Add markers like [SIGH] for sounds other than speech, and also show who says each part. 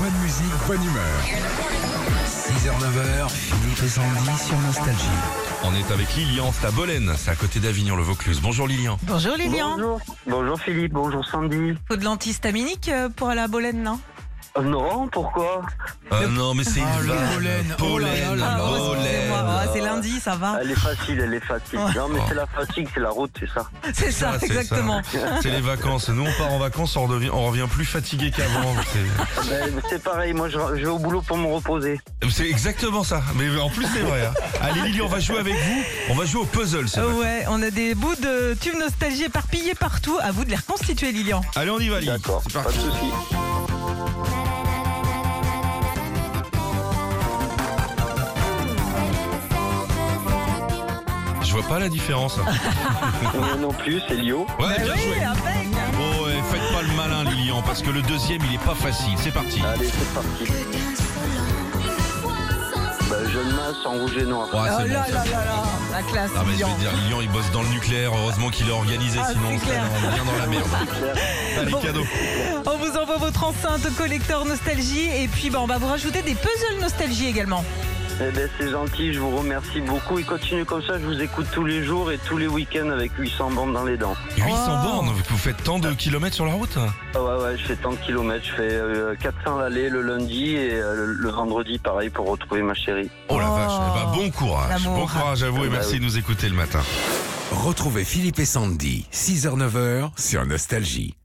Speaker 1: Bonne musique, bonne humeur. 6h, 9h, Philippe et Sandy sur Nostalgie.
Speaker 2: On est avec Lilian, c'est à Bolène, c'est à côté d'Avignon, le Vaucluse. Bonjour Lilian.
Speaker 3: Bonjour Lilian.
Speaker 4: Bonjour. Bonjour Philippe, bonjour Sandy.
Speaker 3: Faut de l'antihistaminique euh, pour aller à Bolène, non
Speaker 4: Euh, Non, pourquoi
Speaker 2: Ah non, mais c'est une
Speaker 1: Ah, le
Speaker 2: vanne.
Speaker 1: pollen. Oh là là
Speaker 2: Pollen,
Speaker 1: là.
Speaker 3: Ah, oh,
Speaker 2: pollen.
Speaker 3: excusez-moi. Ah, c'est lundi, ça va.
Speaker 4: Elle est facile, elle est facile.
Speaker 3: Ouais.
Speaker 4: Non mais c'est la fatigue, c'est la route, c'est ça.
Speaker 3: C'est ça,
Speaker 2: ça, c'est
Speaker 3: exactement.
Speaker 2: C'est les vacances. Nous, on part en vacances, on revient, on revient plus fatigué [LAUGHS] qu'avant. C'est- [LAUGHS]
Speaker 4: Ben, c'est pareil, moi je, je vais au boulot pour me reposer.
Speaker 2: C'est exactement ça. Mais en plus, c'est vrai. hein. Allez, Lilian, on va jouer avec vous. On va jouer au puzzle. ce matin.
Speaker 3: Ouais, on a des bouts de tubes nostalgie éparpillés partout. À vous de les reconstituer, Lilian.
Speaker 2: Allez, on y va, Lilian.
Speaker 4: D'accord,
Speaker 2: C'est
Speaker 4: pas de
Speaker 2: parti.
Speaker 4: souci.
Speaker 2: Je vois pas la différence. Ah
Speaker 4: Moi non plus, c'est Lio.
Speaker 2: Ouais,
Speaker 3: Bah
Speaker 2: bien
Speaker 3: oui,
Speaker 2: joué.
Speaker 3: impec.
Speaker 2: Oh, ouais, faites pas le malin, Lilian, parce que le deuxième, il est pas facile. C'est parti.
Speaker 3: Ah,
Speaker 4: Allez, c'est parti. Ben, jeune masse en rouge et noir.
Speaker 2: Ouais,
Speaker 3: oh
Speaker 2: c'est bon,
Speaker 3: là
Speaker 2: ça.
Speaker 3: là là là, la classe,
Speaker 2: Ah mais je
Speaker 3: Lilian.
Speaker 2: vais dire Lyon il bosse dans le nucléaire, heureusement qu'il est organisé,
Speaker 3: Ah,
Speaker 2: sinon on
Speaker 3: c'est
Speaker 2: serait
Speaker 3: clair.
Speaker 2: dans- bien dans la merde.
Speaker 3: [LAUGHS]
Speaker 4: Claire.
Speaker 2: Allez
Speaker 3: Bon.
Speaker 2: cadeau.
Speaker 3: On vous envoie votre enceinte collector nostalgie et puis bah, on va vous rajouter des puzzles nostalgie également.
Speaker 4: Eh ben, c'est gentil, je vous remercie beaucoup. Et continue comme ça, je vous écoute tous les jours et tous les week-ends avec 800 bandes dans les dents.
Speaker 2: 800
Speaker 3: Wow.
Speaker 2: bornes, vous faites tant de kilomètres sur la route
Speaker 4: Ah ouais, ouais, je fais tant de kilomètres. Je fais euh, 400 l'aller le lundi et euh, le- le vendredi, pareil, pour retrouver ma chérie.
Speaker 2: Oh la
Speaker 3: Oh.
Speaker 2: vache, eh ben, bon courage.
Speaker 3: L'amour.
Speaker 2: Bon courage à vous et
Speaker 4: Bah
Speaker 2: merci
Speaker 3: Oh.
Speaker 4: oui.
Speaker 2: de nous écouter le matin.
Speaker 1: Retrouvez Philippe et Sandy, 6h, 9h sur Nostalgie.